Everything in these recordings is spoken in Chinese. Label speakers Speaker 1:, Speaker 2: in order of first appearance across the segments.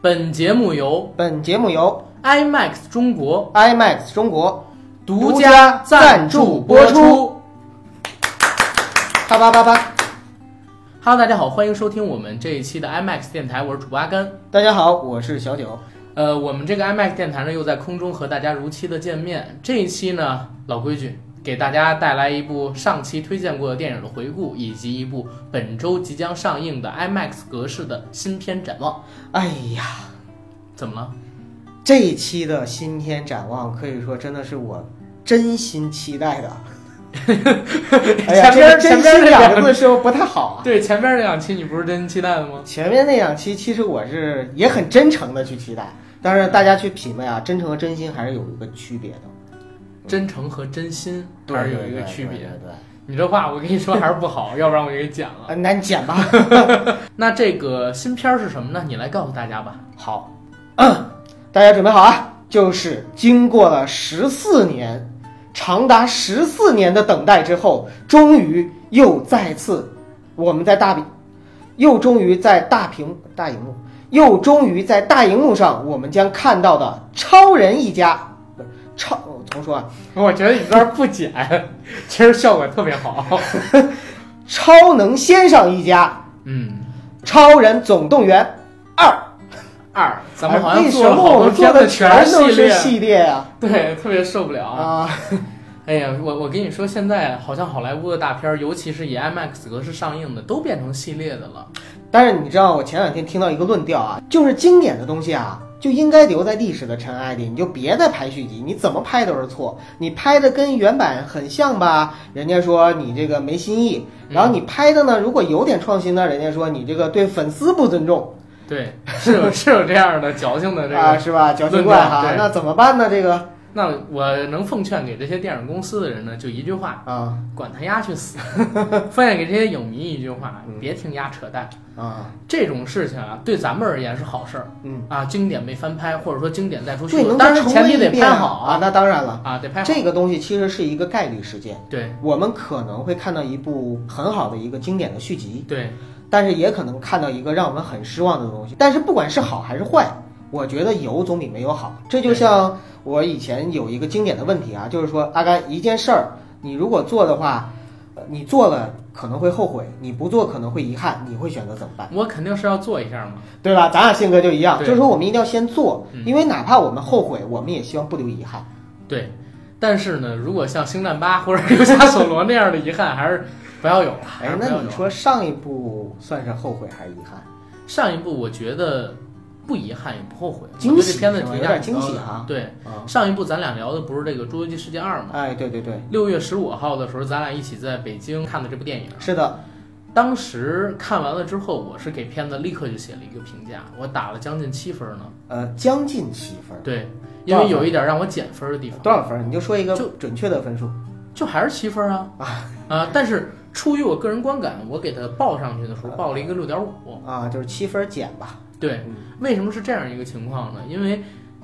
Speaker 1: 本节目由
Speaker 2: 本节目由
Speaker 1: IMAX 中国
Speaker 2: IMAX 中国
Speaker 1: 独家赞助播
Speaker 2: 独家赞助播
Speaker 1: 出。
Speaker 2: 啪啪啪啪。
Speaker 1: Hello，大家好，欢迎收听我们这一期的 IMAX 电台，我是主播阿甘。
Speaker 2: 大家好，我是小九。
Speaker 1: 呃，我们这个 IMAX 电台呢，又在空中和大家如期的见面。这一期呢，老规矩，给大家带来一部上期推荐过的电影的回顾，以及一部本周即将上映的 IMAX 格式的新片展望。
Speaker 2: 哎呀，
Speaker 1: 怎么了？
Speaker 2: 这一期的新片展望可以说真的是我真心期 待的。哎呀，
Speaker 1: 前
Speaker 2: 这个
Speaker 1: 边
Speaker 2: 真
Speaker 1: 前边
Speaker 2: 心
Speaker 1: 那
Speaker 2: 两个
Speaker 1: 两
Speaker 2: 字说不太好啊。
Speaker 1: 对前边那两期你不是真期待的吗？
Speaker 2: 前面那两期其实我是也很真诚的去期待，但是大家去品味啊，真诚和真心还是有一个区别的，
Speaker 1: 真诚和真心还是有一个区别。
Speaker 2: 对对对，
Speaker 1: 你这话我跟你说还是不 好，要不然我就给剪了。
Speaker 2: 呃那你剪吧。
Speaker 1: 那这个新片儿是什么呢？你来告诉大家吧。
Speaker 2: 好，大家准备好啊！就是经过了十四年，长达十四年的等待之后，终于又再次，我们在大屏，又终于在大屏大荧幕，又终于在大荧幕上，我们将看到的超人一家，不是超，我重说啊，
Speaker 1: 我觉得你这儿不剪， 其实效果特别好。
Speaker 2: 超能先生一家，
Speaker 1: 嗯，
Speaker 2: 超人总动员二。
Speaker 1: 二，咱们好
Speaker 2: 哎
Speaker 1: 像
Speaker 2: 为什
Speaker 1: 做了
Speaker 2: 么
Speaker 1: 好
Speaker 2: 我
Speaker 1: 多
Speaker 2: 们做
Speaker 1: 片
Speaker 2: 的
Speaker 1: 子
Speaker 2: 全
Speaker 1: 全
Speaker 2: 都
Speaker 1: 系
Speaker 2: 是
Speaker 1: 列，
Speaker 2: 系列啊？
Speaker 1: 对，特别受不了啊。
Speaker 2: 啊，
Speaker 1: 哎呀，我我跟你说，现在好像好莱坞的大片儿，尤其是以 IMAX 格式上映的，都变成系列的了。
Speaker 2: 但是你知道，我前两天听到一个论调啊，就是经典的东西啊，就应该留在历史的尘埃里，你就别再拍续集，你怎么拍都是错。你拍的跟原版很像吧，人家说你这个没新意；
Speaker 1: 嗯
Speaker 2: 然后你拍的呢，如果有点创新呢，人家说你这个对粉丝不尊重
Speaker 1: 对，是 有是有这样的矫情的这
Speaker 2: 啊，
Speaker 1: 个。
Speaker 2: 是吧？矫情怪哈
Speaker 1: 论调，对
Speaker 2: 那怎么办呢？这个
Speaker 1: 那我能奉劝给这些电影公司的人呢，就一句话，
Speaker 2: 啊
Speaker 1: 管他丫去 死！奉献给这些影迷一句话
Speaker 2: 嗯：
Speaker 1: 别听丫扯淡。
Speaker 2: 啊，
Speaker 1: 这种事情啊，对咱们而言是好事儿
Speaker 2: 嗯，
Speaker 1: 啊，经典被翻拍，或者说经典再出
Speaker 2: 对，
Speaker 1: 续作，
Speaker 2: 能
Speaker 1: 当
Speaker 2: 再
Speaker 1: 然
Speaker 2: 重
Speaker 1: 前
Speaker 2: 温
Speaker 1: 提得
Speaker 2: 一遍
Speaker 1: 拍好
Speaker 2: 啊，那当然了，
Speaker 1: 啊，得拍好。
Speaker 2: 这个东西其实是一个概率事件，
Speaker 1: 对
Speaker 2: 我们可能会看到一部很好的一个经典的续集。
Speaker 1: 对，
Speaker 2: 但是也可能看到一个让我们很失望的东西。但是不管是好还是坏，我觉得有总比没有好。这就像我以前有一个经典的问题啊，就是说阿甘，一件事儿你如果做的话，呃你做了可能会后悔，你不做可能会遗憾，你会选择怎么办？
Speaker 1: 我肯定是要做一下嘛。
Speaker 2: 对吧？咱俩性格就一样，
Speaker 1: 对
Speaker 2: 就是说我们一定要先做，
Speaker 1: 嗯
Speaker 2: 因为哪怕我们后悔，我们也希望不留遗憾。
Speaker 1: 对，但是呢，如果像《星战八》或者《游侠索罗》那样的遗憾，还是不要有了。还
Speaker 2: 哎
Speaker 1: 是，不
Speaker 2: 那
Speaker 1: 要有啊
Speaker 2: 你
Speaker 1: 了
Speaker 2: 说上一部算是后悔还是遗憾？
Speaker 1: 上一部我觉得不遗憾也不后悔，
Speaker 2: 惊
Speaker 1: 我对
Speaker 2: 喜
Speaker 1: 这片子
Speaker 2: 是吧
Speaker 1: 评
Speaker 2: 有
Speaker 1: 价
Speaker 2: 点
Speaker 1: 挺高
Speaker 2: 惊喜
Speaker 1: 的
Speaker 2: 啊
Speaker 1: 对，
Speaker 2: 啊、
Speaker 1: 上一部咱俩聊的不是这个《侏罗纪世界二》吗？
Speaker 2: 哎，对对对，
Speaker 1: 六月十五号的时候，咱俩一起在北京看的这部电影。
Speaker 2: 是的，
Speaker 1: 当时看完了之后，我是给片子立刻就写了一个评价，我打了将近七分呢。
Speaker 2: 呃，将近七分，
Speaker 1: 对，因为有一点让我减分的地方，
Speaker 2: 多少分？你就说一个
Speaker 1: 就
Speaker 2: 准确的分数。
Speaker 1: 就还是七分啊啊！但是出于我个人观感，我给它报上去的时候报了一个六点五。
Speaker 2: 啊，就是七分儿减吧。
Speaker 1: 对，为什么是这样一个情况呢？因为《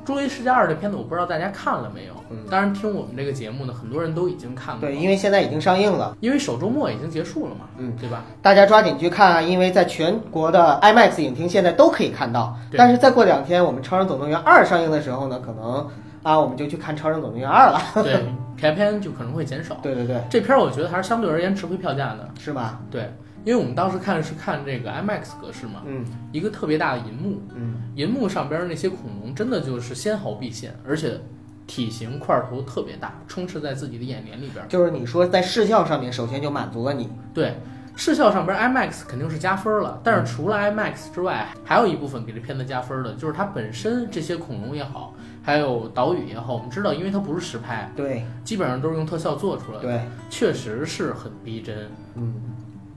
Speaker 1: 侏罗纪世界二》这片子，我不知道大家看了没有
Speaker 2: 嗯。
Speaker 1: 当然，听我们这个节目呢，很多人都已经看了。
Speaker 2: 对，因为现在已经上映了，
Speaker 1: 因为首周末已经结束了嘛，
Speaker 2: 嗯，
Speaker 1: 对吧？
Speaker 2: 大家抓紧去看啊！因为在全国的 IMAX 影厅现在都可以看到。
Speaker 1: 对
Speaker 2: 但是再过两天，我们《超人总动员二》上映的时候呢，可能啊，我们就去看《超人总动员二》 了。
Speaker 1: 对， 排片就可能会减少。
Speaker 2: 对对对，
Speaker 1: 这片儿我觉得还是相对而言值回票价的，
Speaker 2: 是吧？
Speaker 1: 对，因为我们当时看是看这个 IMAX 格式嘛，
Speaker 2: 嗯
Speaker 1: 一个特别大的银幕，
Speaker 2: 嗯，
Speaker 1: 银幕上边儿那些恐龙真的就是纤毫毕现，而且体型块头特别大，充斥在自己的眼帘里边儿。
Speaker 2: 嗯就是你说在视效上面，首先就满足了你。
Speaker 1: 对，视效上边儿 IMAX 肯定是加分儿了，但是除了 IMAX 之外，还有一部分给这片子加分儿的，就是它本身这些恐龙也好，还有岛屿也好，我们知道，因为它不是实拍，
Speaker 2: 对
Speaker 1: 基本上都是用特效做出来的，
Speaker 2: 对，
Speaker 1: 确实是很逼真。
Speaker 2: 嗯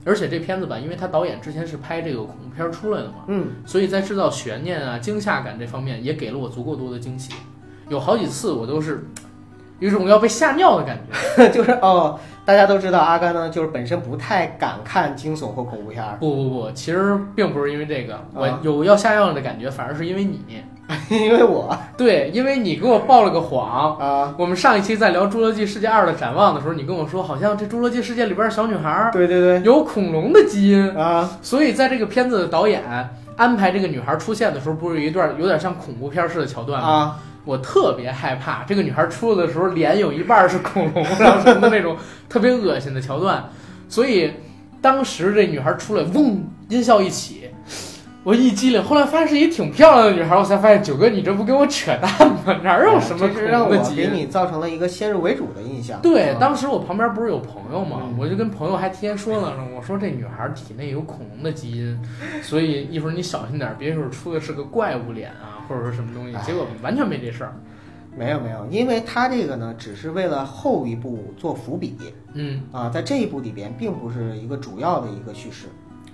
Speaker 1: 而且这片子吧，因为他导演之前是拍这个恐怖片儿出来的嘛，
Speaker 2: 嗯，
Speaker 1: 所以在制造悬念啊、惊吓感这方面也给了我足够多的惊喜。有好几次我都是有一种要被吓尿的感觉。
Speaker 2: 就是哦，大家都知道阿甘呢，就是本身不太敢看惊悚或恐怖片儿，
Speaker 1: 不不不，其实并不是因为这个，我有要吓尿的感觉，反而是因为你。
Speaker 2: 因为我
Speaker 1: 对，因为你给我报了个谎。
Speaker 2: 啊，
Speaker 1: 我们上一期在聊《侏罗纪世界二》的展望的时候，你跟我说，好像这《侏罗纪世界》里边儿小女孩儿
Speaker 2: 对对
Speaker 1: 有恐龙的基因，
Speaker 2: 对啊，
Speaker 1: 所以在这个片子的导演安排这个女孩出现的时候，不是有一段有点像恐怖片似的桥段吗？
Speaker 2: 啊，
Speaker 1: 我特别害怕这个女孩出来的时候脸有一半是恐龙，然后什么的那种特别恶心的桥段，所以当时这女孩出来，嗡，音效一起，我一激灵，后来发现是一挺漂亮的女孩，我才发现九哥你这不跟我扯淡吗？哪有什么
Speaker 2: 嗯哎这
Speaker 1: 恐
Speaker 2: 是让
Speaker 1: 龙
Speaker 2: 我
Speaker 1: 的基
Speaker 2: 给
Speaker 1: 因？
Speaker 2: 你造成了一个先入为主的印象。
Speaker 1: 对，
Speaker 2: 啊
Speaker 1: 当时我旁边不是有朋友嘛，
Speaker 2: 嗯
Speaker 1: 我就跟朋友还提前说呢，我说这女孩体内有恐龙的基 因，所以一会儿你小心点儿，别一会儿出的是个怪物脸啊，或者说什么东西
Speaker 2: 哎。
Speaker 1: 结果完全没这事儿。
Speaker 2: 没有没有，因为他这个呢，只是为了后一步做伏笔
Speaker 1: 嗯，
Speaker 2: 啊，在这一部里边并不是一个主要的一个叙事。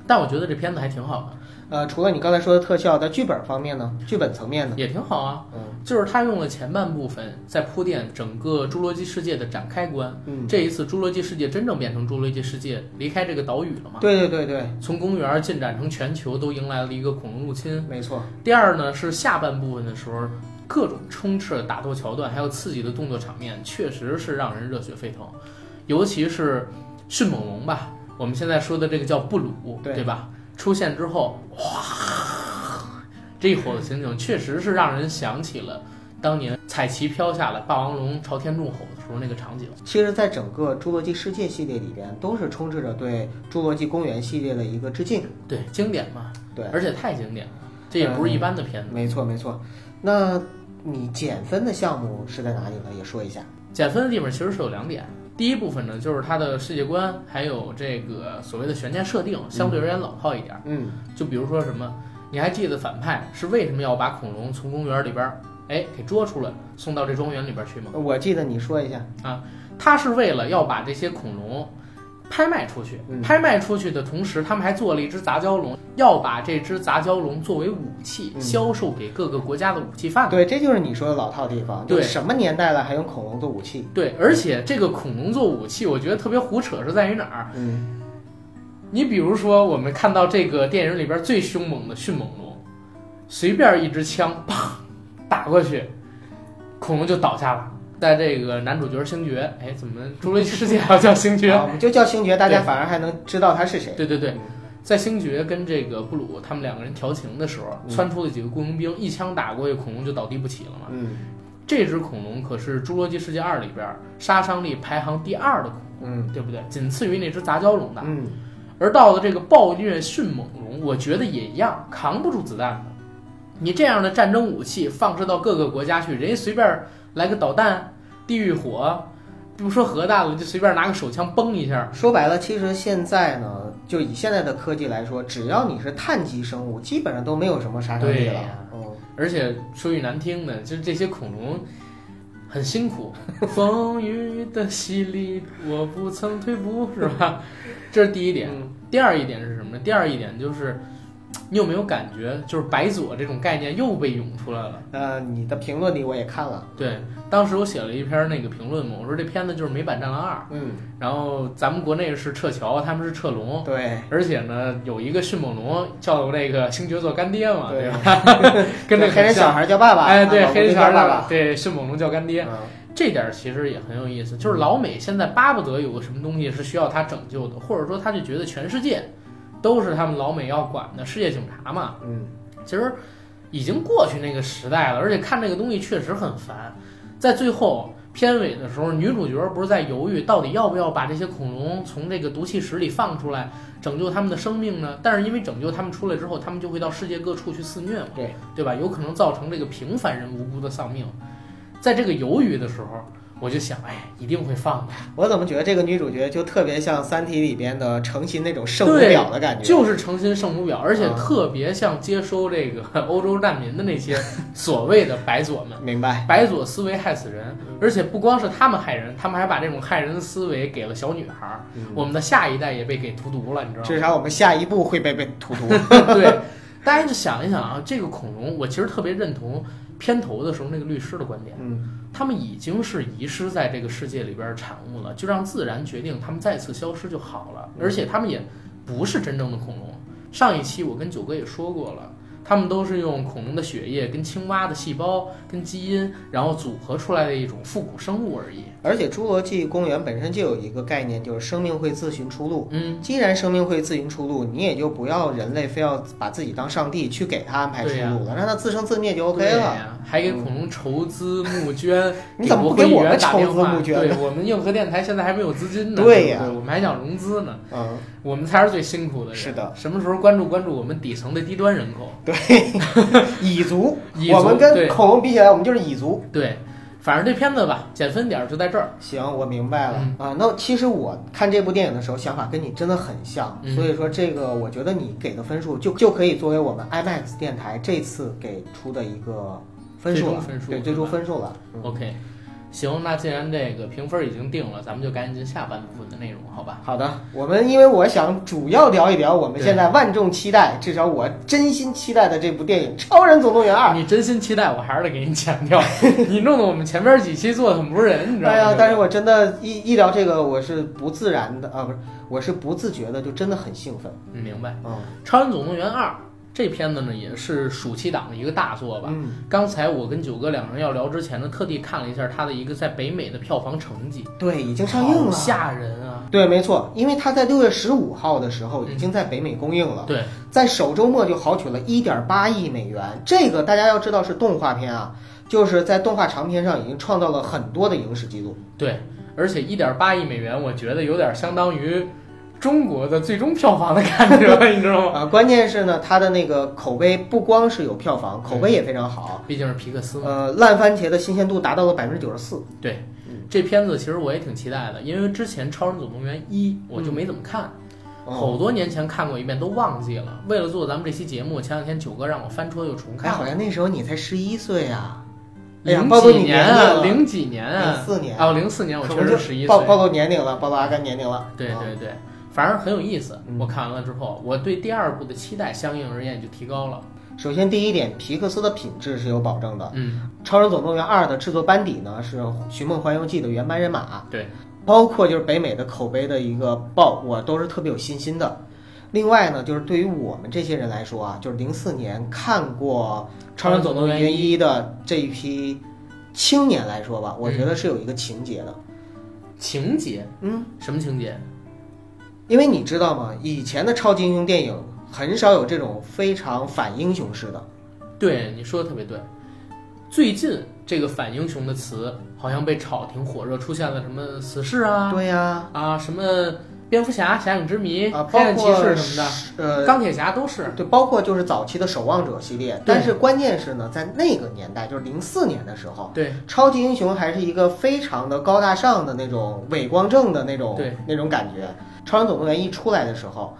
Speaker 1: 但我觉得这片子还挺好的，
Speaker 2: 呃，除了你刚才说的特效，在剧本方面呢，剧本层面呢，
Speaker 1: 也挺好啊。
Speaker 2: 嗯
Speaker 1: 就是他用了前半部分在铺垫整个侏罗纪世界的展开观。
Speaker 2: 嗯，
Speaker 1: 这一次，侏罗纪世界真正变成侏罗纪世界，离开这个岛屿了嘛？
Speaker 2: 对对对对，
Speaker 1: 从公园进展成全球，都迎来了一个恐龙入侵。
Speaker 2: 没错，
Speaker 1: 第二呢是下半部分的时候，各种充斥的打斗桥段，还有刺激的动作场面，确实是让人热血沸腾。尤其是迅猛龙吧，我们现在说的这个叫布鲁，
Speaker 2: 对
Speaker 1: 吧？出现之后，哇，这一伙的情景确实是让人想起了当年彩旗飘下来，霸王龙朝天怒吼的时候那个场景。
Speaker 2: 其实，在整个《侏罗纪世界》系列里边，都是充斥着对《侏罗纪公园》系列的一个致敬。
Speaker 1: 对，经典嘛，
Speaker 2: 对，嗯
Speaker 1: 而且太经典了，这也不是一般的片子。
Speaker 2: 没错没错。那你减分的项目是在哪里呢？也说一下。
Speaker 1: 减分的地方其实是有两点。第一部分呢，就是它的世界观，还有这个所谓的悬念设定，相对而言老套一点儿。
Speaker 2: 嗯，
Speaker 1: 就比如说什么，你还记得反派是为什么要把恐龙从公园里边儿哎给捉出来，送到这庄园里边儿去吗？
Speaker 2: 我记得你说一下。
Speaker 1: 他是为了要把这些恐龙拍卖出去
Speaker 2: 嗯，
Speaker 1: 拍卖出去的同时，他们还做了一只杂交龙，要把这只杂交龙作为武器
Speaker 2: 嗯
Speaker 1: 销售给各个国家的武器贩子。
Speaker 2: 对，这就是你说的老套地方。就
Speaker 1: 啊对
Speaker 2: 什么年代了还用恐龙做武器？
Speaker 1: 对，而且这个恐龙做武器，我觉得特别胡扯是在于哪儿？
Speaker 2: 嗯，
Speaker 1: 你比如说，我们看到这个电影里边最凶猛的迅猛龙，随便一支枪，砰打过去，恐龙就倒下了。在这个男主角星爵，哎，怎么《侏罗纪世界》还要叫星爵？
Speaker 2: 啊好，我们就叫星爵，大家
Speaker 1: 对
Speaker 2: 反而还能知道他是谁。
Speaker 1: 对对对，在星爵跟这个布鲁他们两个人调情的时候，
Speaker 2: 嗯
Speaker 1: 窜出了几个雇佣兵，一枪打过去，恐龙就倒地不起了嘛。
Speaker 2: 嗯
Speaker 1: 这只恐龙可是《侏罗纪世界二》里边杀伤力排行第二的恐
Speaker 2: 嗯
Speaker 1: 龙，对不对？仅次于那只杂交龙的。
Speaker 2: 嗯，
Speaker 1: 而到了这个暴虐迅猛龙，我觉得也一样，扛不住子弹的。你这样的战争武器放射到各个国家去，人家随便来个导弹、地狱火，不说核弹了，就随便拿个手枪崩一下。
Speaker 2: 说白了，其实现在呢，就以现在的科技来说，只要你是碳基生物，基本上都没有什么杀伤力
Speaker 1: 对
Speaker 2: 了
Speaker 1: 呀。
Speaker 2: 嗯，
Speaker 1: 而且说句难听的，就是这些恐龙很辛苦。风雨的洗礼，我不曾退步，是吧？这是第一点。
Speaker 2: 嗯
Speaker 1: 第二一点是什么呢？第二一点就是，你有没有感觉，就是白左这种概念又被涌出来了？
Speaker 2: 呃，你的评论里我也看了，
Speaker 1: 对，当时我写了一篇那个评论嘛，我说这片子就是美版《战狼二
Speaker 2: 嗯，》，
Speaker 1: 然后咱们国内是撤侨，他们是撤龙，
Speaker 2: 对，
Speaker 1: 而且呢有一个迅猛龙叫那 个星爵做干爹嘛，
Speaker 2: 对
Speaker 1: 对吧？跟这
Speaker 2: 黑人小
Speaker 1: 像。
Speaker 2: 孩叫爸爸，
Speaker 1: 哎，对
Speaker 2: 啊，
Speaker 1: 黑人小孩
Speaker 2: 老公叫
Speaker 1: 儿
Speaker 2: 爸爸，
Speaker 1: 对迅猛龙叫干爹，
Speaker 2: 嗯
Speaker 1: 这点儿其实也很有意思。就是老美现在巴不得有个什么东西是需要他拯救的，或者说他就觉得全世界都是他们老美要管的世界警察嘛。
Speaker 2: 嗯，
Speaker 1: 其实已经过去那个时代了，而且看这个东西确实很烦。在最后片尾的时候，女主角不是在犹豫到底要不要把这些恐龙从这个毒气室里放出来，拯救他们的生命呢？但是因为拯救他们出来之后，他们就会到世界各处去肆虐嘛，
Speaker 2: 对
Speaker 1: 对吧？有可能造成这个平凡人无辜的丧命。在这个犹豫的时候，我就想，哎，一定会放的，
Speaker 2: 我怎么觉得这个女主角就特别像《三体》里边的程心那种圣母
Speaker 1: 对
Speaker 2: 婊的感觉，
Speaker 1: 就是诚心圣母婊，而且
Speaker 2: 啊
Speaker 1: 特别像接收这个 欧洲难民的那些所谓的白左们。
Speaker 2: 明白，
Speaker 1: 白左思维害死人，
Speaker 2: 嗯
Speaker 1: 而且不光是他们害人，他们还把这种害人的思维给了小女孩儿。
Speaker 2: 嗯
Speaker 1: 我们的下一代也被给荼毒了，你知道
Speaker 2: 至少我们下一步会被被荼毒，
Speaker 1: 吗？ 对，大家就想一想啊，这个恐龙，我其实特别认同片头的时候那个律师的观点，
Speaker 2: 嗯，
Speaker 1: 他们已经是遗失在这个世界里边的产物了，就让自然决定他们再次消失就好了。
Speaker 2: 嗯
Speaker 1: 而且他们也不是真正的恐龙。上一期我跟九哥也说过了，他们都是用恐龙的血液、跟青蛙的细胞、跟基因，然后组合出来的一种复古生物而已。
Speaker 2: 而且《侏罗纪公园》本身就有一个概念，就是生命会自寻出路。
Speaker 1: 嗯，
Speaker 2: 既然生命会自寻出路，你也就不要人类非要把自己当上帝去给他安排出
Speaker 1: 对呀
Speaker 2: 路了，让他自生自灭就 OK
Speaker 1: 对
Speaker 2: 了。，
Speaker 1: 呀，还给恐龙筹资募捐
Speaker 2: 你怎么不
Speaker 1: 国
Speaker 2: 给
Speaker 1: 会
Speaker 2: 我
Speaker 1: 议
Speaker 2: 们
Speaker 1: 员打
Speaker 2: 筹
Speaker 1: 电
Speaker 2: 资
Speaker 1: 话
Speaker 2: 募捐
Speaker 1: 对我们硬核电台现在还没有资金呢，
Speaker 2: 对
Speaker 1: 对
Speaker 2: 呀
Speaker 1: 不对我们还想融资呢，
Speaker 2: 嗯，
Speaker 1: 我们才是最辛苦的人。
Speaker 2: 是的，
Speaker 1: 什么时候关注关注我们底层的低端人口？
Speaker 2: 对，蚁 族，
Speaker 1: 蚁
Speaker 2: 我
Speaker 1: 族
Speaker 2: 们跟
Speaker 1: 对
Speaker 2: 恐龙比起来，我们就是蚁族。
Speaker 1: 对，反正这片子吧，减分点儿就在这儿。
Speaker 2: 行，我明白了、
Speaker 1: 嗯
Speaker 2: 啊。那其实我看这部电影的时候，想法跟你真的很像，
Speaker 1: 嗯
Speaker 2: 所以说这个我觉得你给的分数就就可以作为我们 IMAX 电台这次给出的一个分数
Speaker 1: 最终
Speaker 2: 了，
Speaker 1: 分数
Speaker 2: 对，
Speaker 1: 是吧
Speaker 2: 最终分数了。嗯
Speaker 1: OK，行，那既然这个评分已经定了，咱们就赶紧进下半部分的内容，好吧？
Speaker 2: 好的，我们因为我想主要聊一聊我们
Speaker 1: 对
Speaker 2: 现在万众期待，至少我真心期待的这部电影《超人总动员二》。
Speaker 1: 你真心期待，我还是得给你剪 掉。你弄得我们前边几期做的很不是人，你知道
Speaker 2: 哎
Speaker 1: 吗？
Speaker 2: 呀，但是我真的，一一聊这个，我是不自然的啊，不是，我是不自觉的，就真的很兴奋。
Speaker 1: 嗯明白，《
Speaker 2: 嗯，
Speaker 1: 超人总动员二》这片子呢，也是暑期档的一个大作吧。
Speaker 2: 嗯，
Speaker 1: 刚才我跟九哥两人要聊之前呢，特地看了一下他的一个在北美的票房成绩，
Speaker 2: 对，已经上映
Speaker 1: 好
Speaker 2: 了。
Speaker 1: 吓人啊！
Speaker 2: 对，没错，因为它在六月十五号的时候
Speaker 1: 嗯
Speaker 2: 已经在北美公映了，
Speaker 1: 对，
Speaker 2: 在首周末就豪取了1.8亿美元。这个大家要知道是动画片啊，就是在动画长片上已经创造了很多的影史记录。
Speaker 1: 对，而且一点八亿美元，我觉得有点相当于中国的最终票房的感觉，你知道吗？
Speaker 2: 啊，关键是呢，它的那个口碑不光是有票房，口碑也非常好。
Speaker 1: 毕竟嗯是皮克斯嘛。
Speaker 2: 呃，烂番茄的新鲜度达到了百分之九十四。
Speaker 1: 对
Speaker 2: 嗯，
Speaker 1: 这片子其实我也挺期待的，因为之前《超人总动员一》我
Speaker 2: 嗯
Speaker 1: 就没怎么看，
Speaker 2: 哦
Speaker 1: 好多年前看过一遍都忘记了。为了做咱们这期节目，前两天九哥让我翻车又重
Speaker 2: 哎，
Speaker 1: 看
Speaker 2: 好
Speaker 1: 了。
Speaker 2: 像那时候你才十一岁啊！哎呀，
Speaker 1: 零
Speaker 2: 暴露
Speaker 1: 几
Speaker 2: 你
Speaker 1: 年
Speaker 2: 年龄
Speaker 1: 啊？
Speaker 2: 了，
Speaker 1: 零几年啊？
Speaker 2: 04年
Speaker 1: 哦，零四年我
Speaker 2: 可
Speaker 1: 确
Speaker 2: 不
Speaker 1: 实
Speaker 2: 就
Speaker 1: 十一岁
Speaker 2: 暴。暴露年龄了，暴露阿甘年龄了。
Speaker 1: 对
Speaker 2: 啊
Speaker 1: 对对，反正很有意思。
Speaker 2: 嗯
Speaker 1: 我看完了之后，我对第二部的期待相应而言也就提高了。
Speaker 2: 首先，第一点，皮克斯的品质是有保证的。
Speaker 1: 嗯，
Speaker 2: 《超人总动员二》的制作班底呢是《寻梦环游记》的原班人马，
Speaker 1: 对，
Speaker 2: 包括就是北美的口碑的一个爆，我都是特别有信心的。另外呢，就是对于我们这些人来说啊，就是零四年看过《超人总动员一》的这一批青年来说吧，我觉得是有一个情节的，
Speaker 1: 情节
Speaker 2: 嗯，
Speaker 1: 什么情节？
Speaker 2: 因为你知道吗？以前的超级英雄电影很少有这种非常反英雄式的，
Speaker 1: 对，你说的特别对。最近这个反英雄的词好像被炒挺火热，出现了什么死侍啊
Speaker 2: 对呀、
Speaker 1: 啊什么蝙蝠侠、侠影之谜、
Speaker 2: 啊，
Speaker 1: 黑
Speaker 2: 包
Speaker 1: 暗骑
Speaker 2: 括
Speaker 1: 士什么
Speaker 2: 呃
Speaker 1: 的，，钢铁侠都是。
Speaker 2: 对，包括就是早期的《守望者》系列，但是关键是呢，在那个年代，就是零四年的时候，
Speaker 1: 对
Speaker 2: 超级英雄还是一个非常的高大上的那种伪光正的那种
Speaker 1: 对
Speaker 2: 那种感觉。《超人总动员》一出来的时候，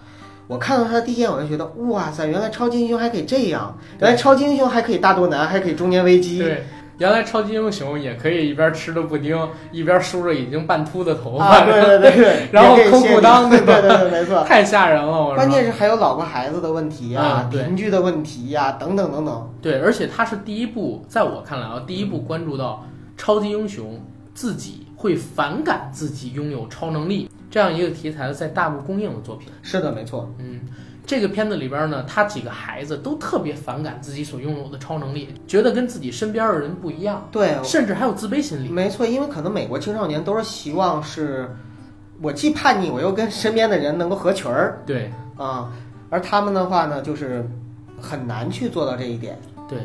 Speaker 2: 我看到他的第一眼，我就觉得哇塞，原来超级英雄还可以这样，
Speaker 1: 对
Speaker 2: 原来超级英雄还可以大肚腩，还可以中年危机。啊
Speaker 1: 对，原来超级英雄也可以一边吃着布丁，一边梳着已经半秃的头发，
Speaker 2: 啊，对对对对，
Speaker 1: 然后
Speaker 2: 也可以
Speaker 1: 抠
Speaker 2: 卸
Speaker 1: 裤
Speaker 2: 力
Speaker 1: 裆
Speaker 2: 对
Speaker 1: 那
Speaker 2: 对对对，没 错。
Speaker 1: 太吓人了。我说
Speaker 2: 关键是还有老婆孩子的问题呀、
Speaker 1: 啊对
Speaker 2: 邻居的问题呀、等等等等。
Speaker 1: 对，而且他是第一部，在我看来啊，第一部关注到超级英雄自己会反感自己拥有超能力这样一个题材的在大陆公映的作品。
Speaker 2: 是的，没错。
Speaker 1: 嗯，这个片子里边呢，他几个孩子都特别反感自己所拥有的超能力，觉得跟自己身边的人不一样，
Speaker 2: 对，
Speaker 1: 甚至还有自卑心理。
Speaker 2: 没错，因为可能美国青少年都是希望是，我既叛逆，我又跟身边的人能够合群儿
Speaker 1: 对
Speaker 2: 啊、而他们的话呢，就是很难去做到这一点。
Speaker 1: 对，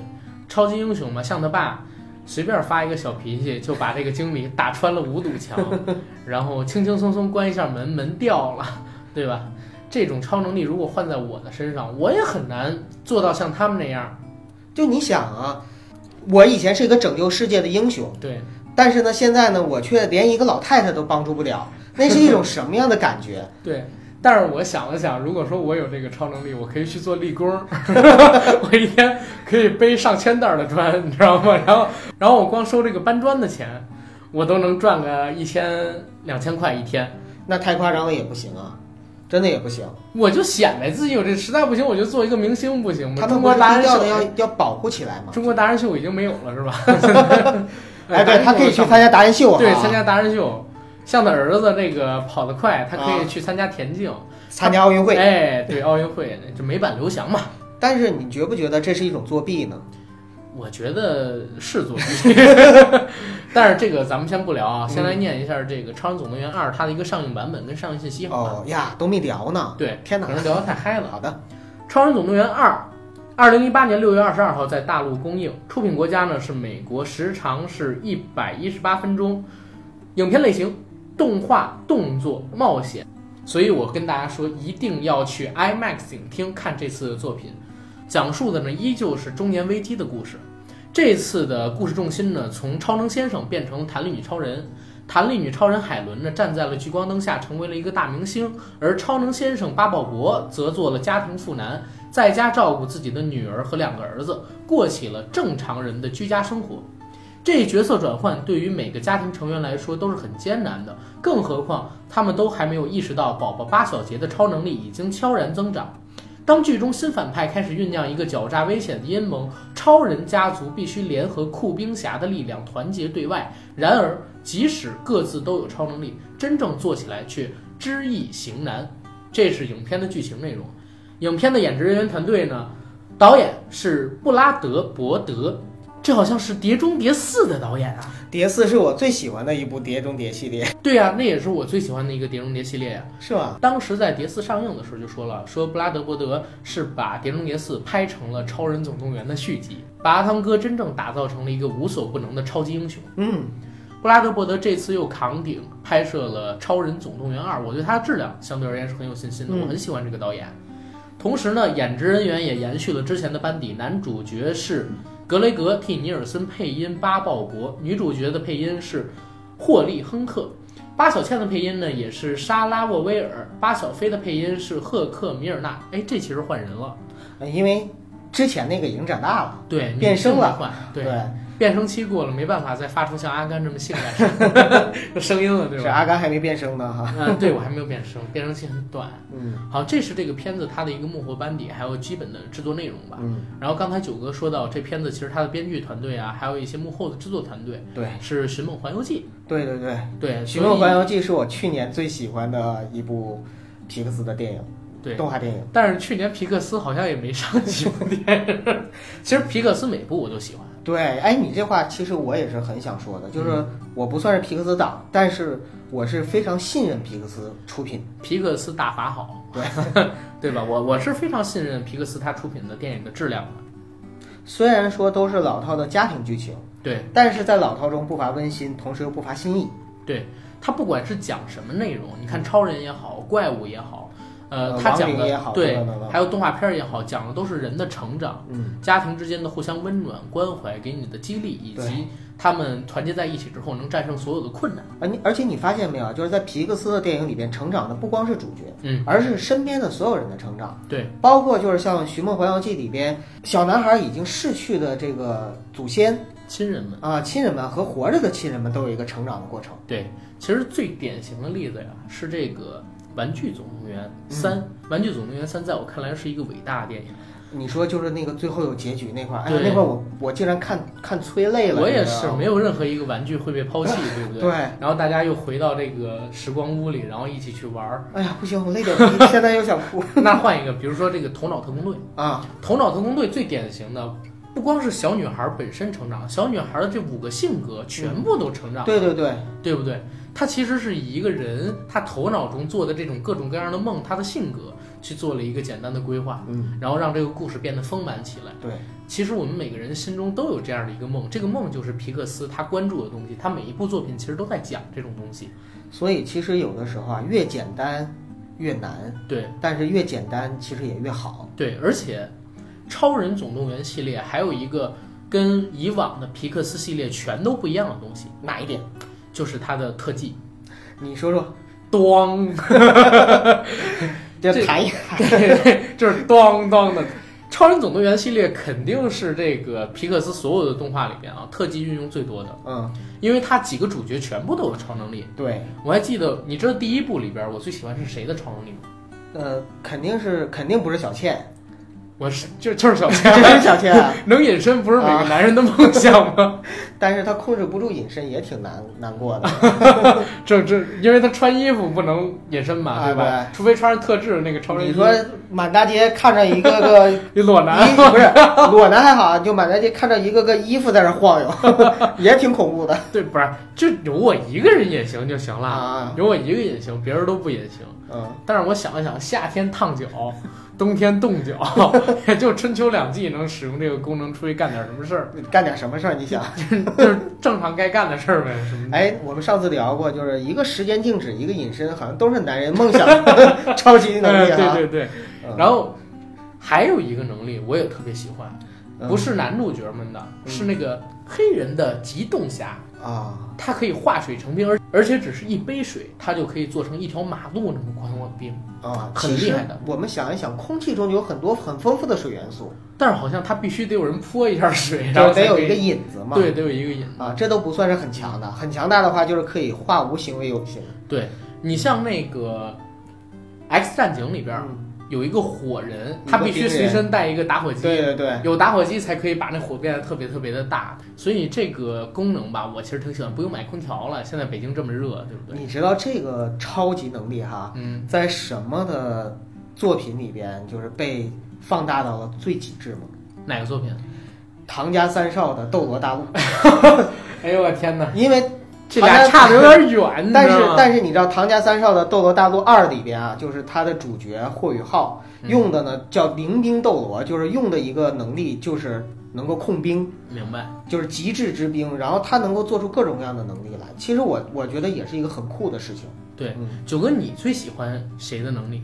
Speaker 1: 超级英雄嘛，像他爸。随便发一个小脾气，就把这个经理打穿了五堵墙，然后轻轻松松关一下门，门掉了，对吧？这种超能力如果换在我的身上，我也很难做到像他们那样。
Speaker 2: 就你想啊，我以前是一个拯救世界的英雄，
Speaker 1: 对，
Speaker 2: 但是呢，现在呢，我却连一个老太太都帮助不了，那是一种什么样的感 觉？
Speaker 1: 对，但是我想了想，如果说我有这个超能力，我可以去做力工儿，我一天可以背上千袋儿的砖，你知道吗？然后，然后我光收这个搬砖的钱，我都能赚个一千两千块一天。
Speaker 2: 那太夸张了也不行啊，真的也不行。
Speaker 1: 我就显摆自己有这，实在不行我就做一个明星不行吗？
Speaker 2: 他们
Speaker 1: 中
Speaker 2: 不
Speaker 1: 国
Speaker 2: 是
Speaker 1: 达人
Speaker 2: 低调的
Speaker 1: 秀
Speaker 2: 要，要保护起来嘛。
Speaker 1: 中国达人秀已经没有了是吧？
Speaker 2: 哎，
Speaker 1: 达
Speaker 2: 对
Speaker 1: 人
Speaker 2: 他
Speaker 1: 秀
Speaker 2: 可以
Speaker 1: 都
Speaker 2: 去
Speaker 1: 上不
Speaker 2: 参加达人秀啊，
Speaker 1: 对，参加达人秀。像他儿子这个跑得快，他可以去参加田径，哎
Speaker 2: 参加奥运会。
Speaker 1: 哎，对奥运会这美版刘翔嘛，
Speaker 2: 但是你觉不觉得这是一种作弊呢？
Speaker 1: 我觉得是作 弊，但是这个咱们先不聊
Speaker 2: 嗯
Speaker 1: 啊，先来念一下这个《超人总动员二》它的一个上映版本跟上映信息好吗？
Speaker 2: 哦呀，都没聊呢。
Speaker 1: 对，
Speaker 2: 天哪
Speaker 1: 可！能聊得太嗨了。
Speaker 2: 好的，
Speaker 1: 《超人总动员二》，二零一八年六月二十二号在大陆公映，出品国家呢是美国，时长是一百一十八分钟，影片类型动画、动作、冒险，所以我跟大家说，一定要去 IMAX 影厅看这次的作品。讲述的呢依旧是中年危机的故事，这次的故事重心呢从超能先生变成弹力女超人。弹力女超人海伦呢，站在了聚光灯下，成为了一个大明星。而超能先生巴宝国则做了家庭妇男，在家照顾自己的女儿和两个儿子，过起了正常人的居家生活。这一角色转换对于每个家庭成员来说都是很艰难的，更何况他们都还没有意识到宝宝八小杰的超能力已经悄然增长。当剧中新反派开始酝酿一个狡诈危险的阴谋，超人家族必须联合酷冰侠的力量团结对外。然而，即使各自都有超能力，真正做起来却知易行难。这是影片的剧情内容。影片的演职人员团队呢，导演是布拉德·伯德，这好像是《碟中谍四》的导演啊。
Speaker 2: 《碟四》是我最喜欢的一部《碟中谍》系列，
Speaker 1: 对呀、啊，那也是我最喜欢的一个《碟中谍》系列呀、
Speaker 2: 是吗？
Speaker 1: 当时在《碟四》上映的时候就说了，说布拉德伯德是把《碟中谍四》拍成了《超人总动员》的续集，把阿汤哥真正打造成了一个无所不能的超级英雄。
Speaker 2: 嗯，
Speaker 1: 布拉德伯德这次又扛鼎拍摄了《超人总动员二》，我对他的质量相对而言是很有信心的，
Speaker 2: 嗯
Speaker 1: 我很喜欢这个导演。同时呢，演职人员也延续了之前的班底，男主角是格雷格替尼尔森配音巴鲍勃，女主角的配音是霍利亨特，八小倩的配音呢也是莎拉沃威尔，八小飞的配音是赫克米尔纳。哎，这其实换人了，
Speaker 2: 呃因为之前那个已经长大了，
Speaker 1: 对，
Speaker 2: 啊变声了
Speaker 1: 女性换，对，
Speaker 2: 对，
Speaker 1: 变声期过了，没办法再发出像阿甘这么性感的声音了，对吧？
Speaker 2: 是阿啊甘还没变声呢哈。
Speaker 1: 嗯，对我还没有变声，变声期很短。
Speaker 2: 嗯
Speaker 1: 好，这是这个片子它的一个幕后班底，还有基本的制作内容吧。
Speaker 2: 嗯，
Speaker 1: 然后刚才九哥说到，这片子其实它的编剧团队啊，还有一些幕后的制作团队
Speaker 2: 对
Speaker 1: 是《寻梦环游记
Speaker 2: 对对对，》。
Speaker 1: 对，
Speaker 2: 《
Speaker 1: 呃所
Speaker 2: 寻
Speaker 1: 以
Speaker 2: 梦环游记》是我去年最喜欢的一部皮克斯的电影，
Speaker 1: 对。
Speaker 2: 动画电影。
Speaker 1: 但是去年皮克斯好像也没上几部电影。 其实皮克斯每部我都喜欢。
Speaker 2: 对，哎，你这话其实我也是很想说的，就是
Speaker 1: 嗯
Speaker 2: 我不算是皮克斯党，但是我是非常信任皮克斯出品。
Speaker 1: 皮克斯大法好，
Speaker 2: 对
Speaker 1: 对吧？我我是非常信任皮克斯他出品的电影的质量的。
Speaker 2: 虽然说都是老套的家庭剧情，
Speaker 1: 对
Speaker 2: 但是在老套中不乏温馨，同时又不乏新意。
Speaker 1: 对，他不管是讲什么内容，你看超人也好，怪物也好，呃，
Speaker 2: 呃
Speaker 1: 他
Speaker 2: 亡
Speaker 1: 讲
Speaker 2: 灵
Speaker 1: 的
Speaker 2: 也好
Speaker 1: 对
Speaker 2: 等等等，等
Speaker 1: 还有动画片儿也好，讲的都是人的成长。
Speaker 2: 嗯，
Speaker 1: 家庭之间的互相温暖、关怀，给你的激励，以及
Speaker 2: 对
Speaker 1: 他们团结在一起之后能战胜所有的困难。
Speaker 2: 而啊你而且你发现没有，啊就是在皮克斯的电影里边，成长的不光是主角，
Speaker 1: 嗯，
Speaker 2: 而是身边的所有人的成长，
Speaker 1: 对
Speaker 2: 包括就是像《寻梦环游记》里边，小男孩已经逝去的这个祖先
Speaker 1: 亲人们，
Speaker 2: 啊，亲人们和活着的亲人们都有一个成长的过程。
Speaker 1: 对，其实最典型的例子呀，是这个《玩具总动员
Speaker 2: 嗯
Speaker 1: 三》。《玩具总动员三》在我看来是一个伟大的电影，
Speaker 2: 你说就是那个最后有结局那块儿，哎呀，
Speaker 1: 对
Speaker 2: 那块儿我我竟然看看催泪了，
Speaker 1: 我也
Speaker 2: 你知道
Speaker 1: 是
Speaker 2: 吗
Speaker 1: 没有任何一个玩具会被抛弃，对不对？
Speaker 2: 对。
Speaker 1: 然后大家又回到这个时光屋里，然后一起去玩儿。
Speaker 2: 哎呀，不行，我累的， 现在又想哭
Speaker 1: 那换一个，比如说这个《头脑特工队》，
Speaker 2: 啊！
Speaker 1: 《头脑特工队》最典型的。不光是小女孩本身成长，小女孩的这五个性格全部都成长了
Speaker 2: 嗯对对对，
Speaker 1: 对不对？他其实是以一个人他头脑中做的这种各种各样的梦，他的性格去做了一个简单的规划，
Speaker 2: 嗯，
Speaker 1: 然后让这个故事变得丰满起来。
Speaker 2: 对，
Speaker 1: 其实我们每个人心中都有这样的一个梦，这个梦就是皮克斯他关注的东西，他每一部作品其实都在讲这种东西。
Speaker 2: 所以其实有的时候啊，越简单越难，
Speaker 1: 对
Speaker 2: 但是越简单其实也越好。
Speaker 1: 对，而且《超人总动员》系列还有一个跟以往的皮克斯系列全都不一样的东西，
Speaker 2: 哪一点？
Speaker 1: 就是它的特技，
Speaker 2: 你说说，
Speaker 1: 咣
Speaker 2: 这
Speaker 1: 这
Speaker 2: 谈一
Speaker 1: 对，就是当当的。超人总动员系列肯定是这个皮克斯所有的动画里边啊，特技运用最多的，
Speaker 2: 嗯，
Speaker 1: 因为它几个主角全部都有超能力。
Speaker 2: 对，
Speaker 1: 我还记得，你知道第一部里边我最喜欢是谁的超能力吗？
Speaker 2: 呃，肯定是肯定不是小倩，
Speaker 1: 我是就就是小
Speaker 2: 这
Speaker 1: 天，
Speaker 2: 是小天啊，
Speaker 1: 能隐身不是每个男人的梦想吗？
Speaker 2: 但是他控制不住隐身也挺难难过的。
Speaker 1: 这这，因为他穿衣服不能隐身嘛，
Speaker 2: 啊
Speaker 1: 对吧？除非穿上特制那个超人衣，
Speaker 2: 你说满大街看着一个个 衣
Speaker 1: 一裸男，
Speaker 2: 不是裸男还好，啊就满大街看着一个个衣服在那晃悠， 也挺恐怖的
Speaker 1: 对，不是就有我一个人隐形就行了，
Speaker 2: 啊。
Speaker 1: 有我一个隐形，别人都不隐形。
Speaker 2: 嗯，
Speaker 1: 但是我想了想，夏天烫脚，冬天冻脚，也就春秋两季能使用这个功能出去干点什么事 儿，
Speaker 2: 干点什么事儿？你想？
Speaker 1: 就是正常该干的事儿呗，什么的。
Speaker 2: 哎，我们上次聊过，就是一个时间静止，一个隐身，好像都是男人梦想 超级能力
Speaker 1: 哎，
Speaker 2: 啊。
Speaker 1: 对对对。
Speaker 2: 嗯
Speaker 1: 然后还有一个能力我也特别喜欢，
Speaker 2: 嗯
Speaker 1: 不是男主角们的，
Speaker 2: 嗯
Speaker 1: 是那个黑人的极冻侠，
Speaker 2: 啊，
Speaker 1: 他可以化水成冰，而而且只是一杯水，他就可以做成一条马路那么宽的冰。
Speaker 2: 啊，
Speaker 1: 很厉害的。
Speaker 2: 我们想一想，空气中有很多很丰富的水元素，
Speaker 1: 但是好像他必须得有人泼一下水，然
Speaker 2: 就
Speaker 1: 后
Speaker 2: 是得
Speaker 1: 才
Speaker 2: 有
Speaker 1: 可
Speaker 2: 一个
Speaker 1: 以
Speaker 2: 引子嘛。
Speaker 1: 对，得有一个引。
Speaker 2: 啊，这都不算是很强的，很强大的话就是可以化无形为有形。
Speaker 1: 对你像那个《X 战警》里边儿
Speaker 2: 嗯
Speaker 1: 有一个火人，
Speaker 2: 一
Speaker 1: 他
Speaker 2: 个
Speaker 1: 必须
Speaker 2: 冰
Speaker 1: 随
Speaker 2: 人
Speaker 1: 身带一个打火机。
Speaker 2: 对对对，
Speaker 1: 有打火机才可以把那火变得特别特别的大，所以这个功能吧，我其实挺喜欢，不用买空调了。现在北京这么热，对不对？
Speaker 2: 你知道这个超级能力哈，
Speaker 1: 嗯，
Speaker 2: 在什么的作品里边就是被放大到了最极致吗？
Speaker 1: 哪个作品？
Speaker 2: 唐家三少的《斗罗大陆》，
Speaker 1: 哎呦我天哪，
Speaker 2: 因为
Speaker 1: 这俩差的有点远，
Speaker 2: 但是
Speaker 1: 是
Speaker 2: 但是你知道《唐家三少的斗罗大陆二》里边啊，就是他的主角霍雨浩
Speaker 1: 嗯
Speaker 2: 用的呢叫凌冰斗罗，就是用的一个能力就是能够控冰，
Speaker 1: 明白，
Speaker 2: 就是极致之冰，然后他能够做出各种各样的能力来。其实我我觉得也是一个很酷的事情。
Speaker 1: 对
Speaker 2: 嗯，
Speaker 1: 九哥，你最喜欢谁的能力？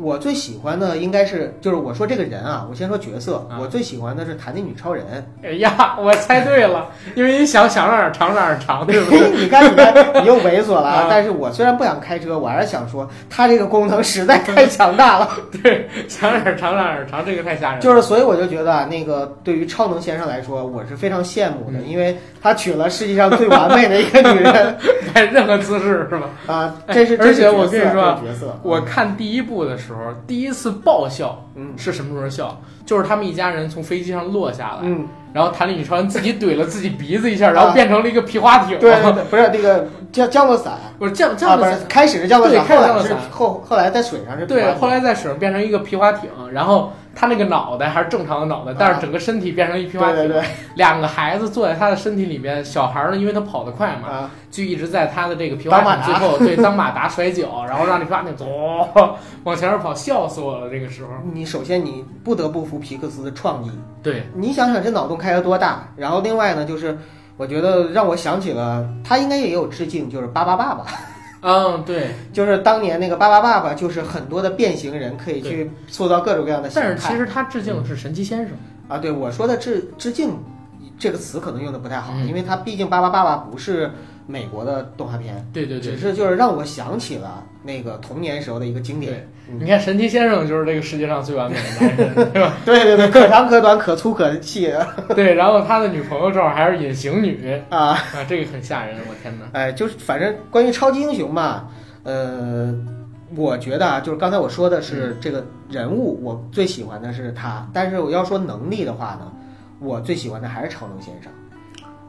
Speaker 2: 我最喜欢的应该是就是我说这个人啊，我先说角色，
Speaker 1: 啊
Speaker 2: 我最喜欢的是弹那女 超人。
Speaker 1: 哎呀，我猜对了，因为你想想让哪儿长哪儿长，对不 对？
Speaker 2: 你看你看，你又猥琐了
Speaker 1: 啊
Speaker 2: 啊！但是我虽然不想开车，我还是想说他这个功能实在太强大了。
Speaker 1: 对，想哪儿长哪儿长，这个太吓人了。
Speaker 2: 就是，所以我就觉得啊，那个对于超能先生来说，我是非常羡慕的，
Speaker 1: 嗯
Speaker 2: 因为他娶了世界上最完美的一个女 人
Speaker 1: 摆任何姿势是吧？
Speaker 2: 啊，这是
Speaker 1: 哎而
Speaker 2: 这是
Speaker 1: 且我跟你
Speaker 2: 角色
Speaker 1: 说啊
Speaker 2: 这是角 色，
Speaker 1: 我看第一部的时候，第一次爆笑
Speaker 2: 嗯
Speaker 1: 是什么时候笑？就是他们一家人从飞机上落下来，
Speaker 2: 嗯，
Speaker 1: 然后弹力女超人自己怼了自己鼻子一下，
Speaker 2: 啊
Speaker 1: 然后变成了一个皮划艇。
Speaker 2: 对 对，对，不是那个降降落伞
Speaker 1: 我说这样这
Speaker 2: 啊，
Speaker 1: 样
Speaker 2: 不
Speaker 1: 的
Speaker 2: 是开始是降落伞，
Speaker 1: 对开始
Speaker 2: 后
Speaker 1: 降
Speaker 2: 来
Speaker 1: 落
Speaker 2: 是
Speaker 1: 伞
Speaker 2: 后后来在水上是
Speaker 1: 对，后
Speaker 2: 来
Speaker 1: 来在水上变成一个皮划艇，然后他那个脑袋还是正常的脑袋，
Speaker 2: 啊
Speaker 1: 但是整个身体变成一皮
Speaker 2: 对
Speaker 1: 划艇。
Speaker 2: 对对
Speaker 1: 两个孩子坐在他的身体里面，小孩呢，因为他跑得快嘛，
Speaker 2: 啊，
Speaker 1: 就一直在他的这个皮划
Speaker 2: 当
Speaker 1: 艇
Speaker 2: 马
Speaker 1: 最
Speaker 2: 达
Speaker 1: 后 对当马达甩脚，然后让那皮划艇走 往前面跑，笑死我了。这个时候，
Speaker 2: 你首先你不得不服皮克斯的创意，
Speaker 1: 对，
Speaker 2: 你想想这脑洞开得多大，然后另外呢就是。我觉得让我想起了，他应该也有致敬，就是《巴巴爸爸》。
Speaker 1: 嗯，对，
Speaker 2: 就是当年那个巴巴爸爸，就是很多的变形人可以去塑造各种各样的形
Speaker 1: 但
Speaker 2: 态。
Speaker 1: 是其实他致
Speaker 2: 嗯
Speaker 1: 敬的是神奇先生，
Speaker 2: 啊，对我说的致致敬这个词可能用的不太好，
Speaker 1: 嗯
Speaker 2: 因为它毕竟巴巴爸爸不是美国的动画片，
Speaker 1: 对对对
Speaker 2: 只。是就是让我想起了那个童年时候的一个经典。
Speaker 1: 对，你看神奇先生就是这个世界上最完美的男人，对吧？
Speaker 2: 对 对对，可长可短，可粗可细
Speaker 1: 对，然后他的女朋友正好还是隐形女
Speaker 2: 啊！
Speaker 1: 啊，这个很吓人，我天哪！
Speaker 2: 哎，就是反正关于超级英雄嘛，呃，我觉得啊，就是刚才我说的
Speaker 1: 嗯
Speaker 2: 是这个人物，我最喜欢的是他，但是我要说能力的话呢，我最喜欢的还是超能先生。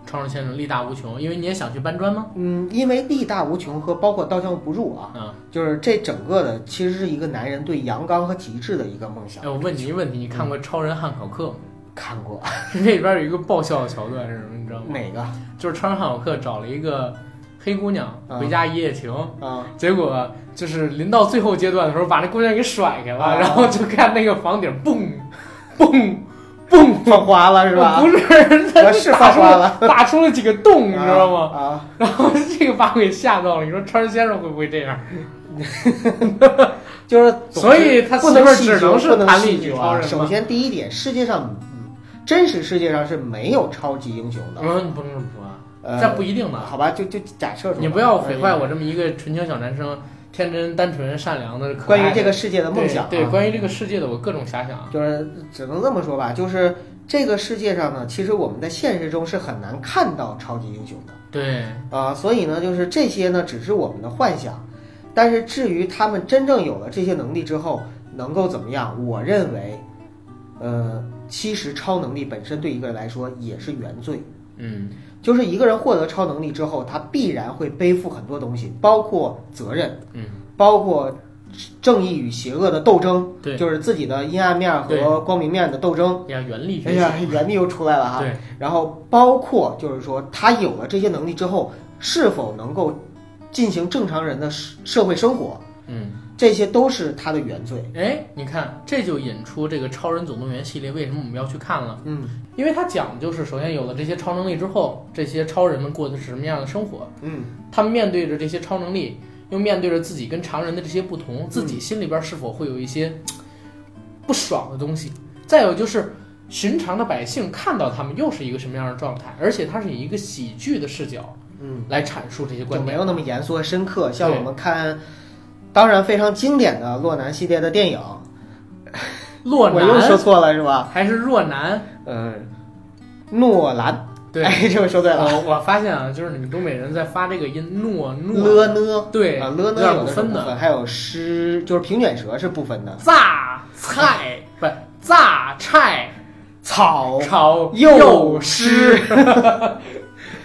Speaker 1: 超人先生力大无穷，因为你也想去搬砖吗？
Speaker 2: 嗯，因为力大无穷和包括刀枪不入啊，
Speaker 1: 啊，
Speaker 2: 就是这整个的其实是一个男人对阳刚和极致的一个梦想嗯
Speaker 1: 哎，。我问你一个问题，你看过《超人汉考克》吗？
Speaker 2: 看过
Speaker 1: 那里边有一个爆笑的桥段是什么？你知道吗？
Speaker 2: 哪个
Speaker 1: 就是超人汉考克找了一个黑姑娘回家一夜情，
Speaker 2: 啊？
Speaker 1: 结果就是临到最后阶段的时候，把那姑娘给甩开了，
Speaker 2: 啊
Speaker 1: 然后就看那个房顶蹦蹦蹦，
Speaker 2: 放花了是吧？
Speaker 1: 嗯不是，
Speaker 2: 我是放花了，
Speaker 1: 打出了几个洞，你知道吗？
Speaker 2: 啊，
Speaker 1: 然后这个把我给吓到了。你说超人先生会不会这样？
Speaker 2: 啊就是总之
Speaker 1: 所以他
Speaker 2: 不
Speaker 1: 媳妇
Speaker 2: 能
Speaker 1: 儿
Speaker 2: 戏
Speaker 1: 只
Speaker 2: 剧
Speaker 1: 能
Speaker 2: 不
Speaker 1: 是
Speaker 2: 能
Speaker 1: 弹
Speaker 2: 戏
Speaker 1: 力
Speaker 2: 剧
Speaker 1: 女
Speaker 2: 啊
Speaker 1: 超人
Speaker 2: 首
Speaker 1: 嘛。
Speaker 2: 先第一点，世界上嗯真实世界上是没有超级英雄的。
Speaker 1: 嗯，你不能这么说啊，
Speaker 2: 呃，
Speaker 1: 这不一定的。
Speaker 2: 好吧，就就假设说吧呃
Speaker 1: 你不啊要毁坏我这么一个纯情小男生，天真、单纯、善良的可爱
Speaker 2: 关
Speaker 1: 的
Speaker 2: 于这个世界的梦想、啊
Speaker 1: 对，对关于这个世界的我各种遐想。啊
Speaker 2: 就是只能这么说吧，就是这个世界上呢，其实我们在现实中是很难看到超级英雄的
Speaker 1: 对，
Speaker 2: 啊、所以呢，就是这些呢只是我们的幻想，但是至于他们真正有了这些能力之后能够怎么样，我认为呃，其实超能力本身对一个人来说也是原罪，
Speaker 1: 嗯
Speaker 2: 就是一个人获得超能力之后，他必然会背负很多东西，包括责任，
Speaker 1: 嗯，
Speaker 2: 包括正义与邪恶的斗争，
Speaker 1: 对
Speaker 2: 就是自己的阴暗面和
Speaker 1: 对
Speaker 2: 光明面的斗争。
Speaker 1: 呀，原力
Speaker 2: 哎
Speaker 1: 学习，
Speaker 2: 呀，哎啊原力又出来了哈。
Speaker 1: 对，
Speaker 2: 然后包括就是说，他有了这些能力之后，是否能够进行正常人的社社会生活，
Speaker 1: 嗯，
Speaker 2: 这些都是他的原罪。
Speaker 1: 哎，你看，这就引出这个《超人总动员》系列为什么我们要去看了，
Speaker 2: 嗯
Speaker 1: 因为它讲的就是，首先有了这些超能力之后，这些超人们过的是什么样的生活，
Speaker 2: 嗯，
Speaker 1: 他们面对着这些超能力，又面对着自己跟常人的这些不同，自己心里边是否会有一些嘖不爽的东西？再有就是寻常的百姓看到他们又是一个什么样的状态，而且它是以一个喜剧的视角
Speaker 2: 嗯，
Speaker 1: 来阐述这些
Speaker 2: 就
Speaker 1: 观
Speaker 2: 没
Speaker 1: 点。
Speaker 2: 有那么严肃和深刻。像
Speaker 1: 对
Speaker 2: 我们看，当然非常经典的洛南系列的电影，
Speaker 1: 洛
Speaker 2: 我又说
Speaker 1: 南
Speaker 2: 错了是吧？
Speaker 1: 还是若 男？
Speaker 2: 嗯，诺兰，
Speaker 1: 对，
Speaker 2: 哎，这个说对了。
Speaker 1: 我我发现啊，就是你们东北人在发这个音，诺诺
Speaker 2: 了呢，
Speaker 1: 对
Speaker 2: 啊了
Speaker 1: 有
Speaker 2: 呢
Speaker 1: 点
Speaker 2: 有
Speaker 1: 不
Speaker 2: 的是
Speaker 1: 分
Speaker 2: 不
Speaker 1: 的，
Speaker 2: 分，还有诗，就是平卷舌是不分的。
Speaker 1: 榨菜不榨菜哦
Speaker 2: 草
Speaker 1: 炒
Speaker 2: 幼
Speaker 1: 师
Speaker 2: 师，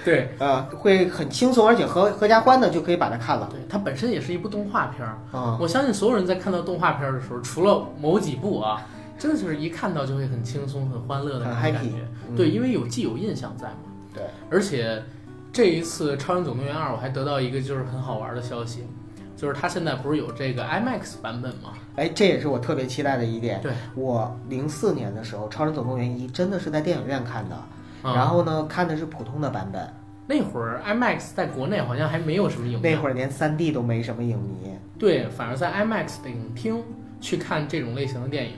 Speaker 1: 对。
Speaker 2: 啊，会很轻松，而且合合家欢的就可以把它看了
Speaker 1: 对，它本身也是一部动画片儿。
Speaker 2: 啊。
Speaker 1: 我相信所有人在看到动画片儿的时候，除了某几部啊，真的就是一看到就会很轻松、很欢乐的
Speaker 2: 很
Speaker 1: 那种感
Speaker 2: happy，
Speaker 1: 觉。
Speaker 2: 嗯
Speaker 1: 对，因为有既有印象在嘛。
Speaker 2: 对，
Speaker 1: 而且这一次《超人总动员二》，我还得到一个就是很好玩的消息，就是它现在不是有这个 IMAX 版本吗？
Speaker 2: 哎，这也是我特别期待的一点。
Speaker 1: 对，
Speaker 2: 我零四年的时候，《超人总动员一》真的是在电影院看的，
Speaker 1: 嗯、
Speaker 2: 然后呢，看的是普通的版本。
Speaker 1: 那会儿 IMAX 在国内好像还没有什么影
Speaker 2: 那
Speaker 1: 院，
Speaker 2: 会儿连3 D 都没什么影迷。
Speaker 1: 对，反而在 IMAX 的影厅去看这种类型的电影，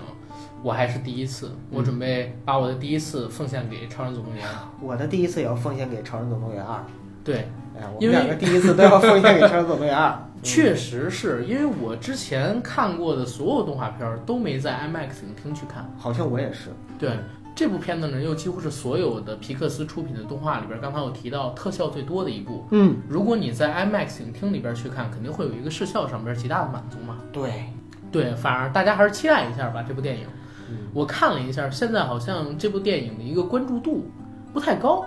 Speaker 1: 我还是第一次。我准备把我的第一次奉献给《超人总动员》。
Speaker 2: 我的第一次也要奉献给《超人总动员二》。
Speaker 1: 对，
Speaker 2: 哎，我
Speaker 1: 因
Speaker 2: 们
Speaker 1: 为
Speaker 2: 两个第一次都要奉献给《超人总动员二》嗯。
Speaker 1: 确实是因为我之前看过的所有动画片儿都没在 IMAX 影厅去看。
Speaker 2: 嗯好像我也是。
Speaker 1: 对，这部片子呢，又几乎是所有的皮克斯出品的动画里边儿，刚才我提到特效最多的一部。
Speaker 2: 嗯，
Speaker 1: 如果你在 IMAX 影厅里边儿去看，肯定会有一个视效上边儿极大的满足嘛。
Speaker 2: 对，
Speaker 1: 对，反而大家还是期待一下吧这部电影。
Speaker 2: 嗯
Speaker 1: 我看了一下，现在好像这部电影的一个关注度不太高。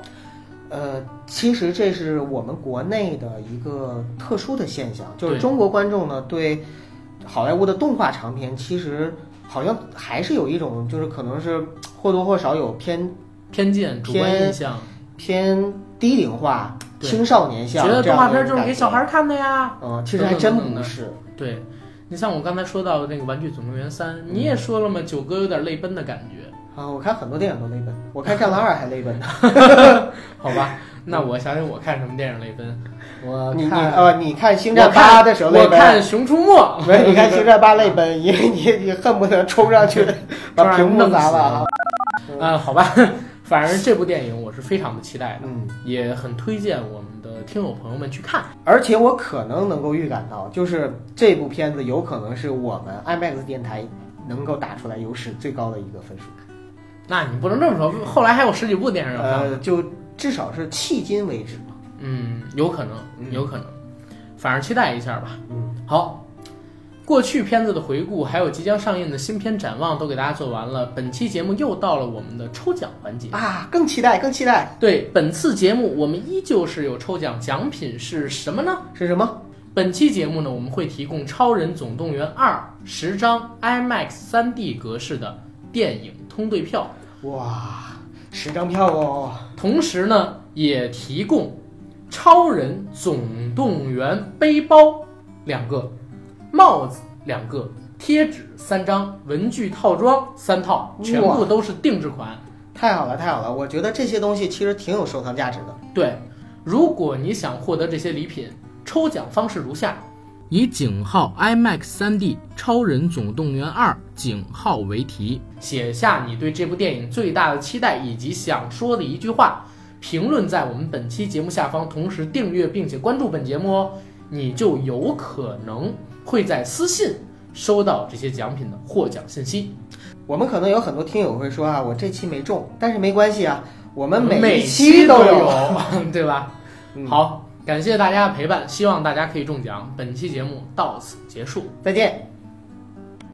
Speaker 2: 呃，其实这是我们国内的一个特殊的现象，就是
Speaker 1: 对
Speaker 2: 中国观众呢对好莱坞的动画长片其实好像还是有一种，就是可能是或多或少有偏
Speaker 1: 偏见、主观
Speaker 2: 偏
Speaker 1: 印象，
Speaker 2: 偏低龄化、
Speaker 1: 对
Speaker 2: 青少年向
Speaker 1: 觉得
Speaker 2: 这
Speaker 1: 动
Speaker 2: 样
Speaker 1: 画
Speaker 2: 的
Speaker 1: 片儿
Speaker 2: 一
Speaker 1: 就
Speaker 2: 种
Speaker 1: 是
Speaker 2: 感
Speaker 1: 给
Speaker 2: 觉
Speaker 1: 小孩儿看的呀。
Speaker 2: 嗯，其实还真不是。
Speaker 1: 对，你像我刚才说到的那个《玩具总动员三》，
Speaker 2: 嗯
Speaker 1: 你也说了嘛，九哥有点泪奔的感觉，
Speaker 2: 啊，我看很多电影都泪奔，我看《战狼二》还泪奔呢。
Speaker 1: 好吧？
Speaker 2: 嗯
Speaker 1: 那我想想，我看什么电影泪奔？ 我
Speaker 2: 你你
Speaker 1: 看
Speaker 2: 呃，你看《星
Speaker 1: 我
Speaker 2: 战
Speaker 1: 看
Speaker 2: 八》的时候泪
Speaker 1: 我看《
Speaker 2: 奔，
Speaker 1: 熊出没
Speaker 2: 没有你看《星战八》泪奔，因为你你恨不得冲 上去把屏幕砸了啊。》
Speaker 1: 啊，好吧。反正这部电影我是非常的期待的，
Speaker 2: 嗯，
Speaker 1: 也很推荐我们的听友朋友们去看。
Speaker 2: 而且我可能能够预感到，就是这部片子有可能是我们 IMAX 电台能够打出来有史最高的一个分数，
Speaker 1: 那你不能这么说，后来还有十几部电影要看。
Speaker 2: 呃，就至少是迄今为止嘛。
Speaker 1: 嗯，有可能，
Speaker 2: 嗯
Speaker 1: 有可能，反正期待一下吧。
Speaker 2: 嗯，
Speaker 1: 好，过去片子的回顾，还有即将上映的新片展望都给大家做完了。本期节目又到了我们的抽奖环节。
Speaker 2: 啊，更期待，更期待
Speaker 1: 对，本次节目我们依旧是有抽奖，奖品是什么呢？
Speaker 2: 是什么？
Speaker 1: 本期节目呢，我们会提供《超人总动员二》十张 IMAX 3D 格式的电影通兑票。
Speaker 2: 哇，十张票哦！
Speaker 1: 同时呢，也提供《超人总动员》背包两个，帽子两个，贴纸三张，文具套装三套，全部都是定制款。
Speaker 2: 太好了，太好了！我觉得这些东西其实挺有收藏价值的。
Speaker 1: 对，如果你想获得这些礼品，抽奖方式如下：以井号 IMAX 3D《超人总动员二》井号为题，写下你对这部电影最大的期待以及想说的一句话，评论在我们本期节目下方，同时订阅并且关注本节目哦，你就有可能会在私信收到这些奖品的获奖信息。
Speaker 2: 我们可能有很多听友会说啊，我这期没中，但是没关系啊，我们
Speaker 1: 每
Speaker 2: 每期
Speaker 1: 都
Speaker 2: 有。，
Speaker 1: 对吧？
Speaker 2: 嗯，
Speaker 1: 好，感谢大家的陪伴，希望大家可以中奖。本期节目到此结束。
Speaker 2: 再见。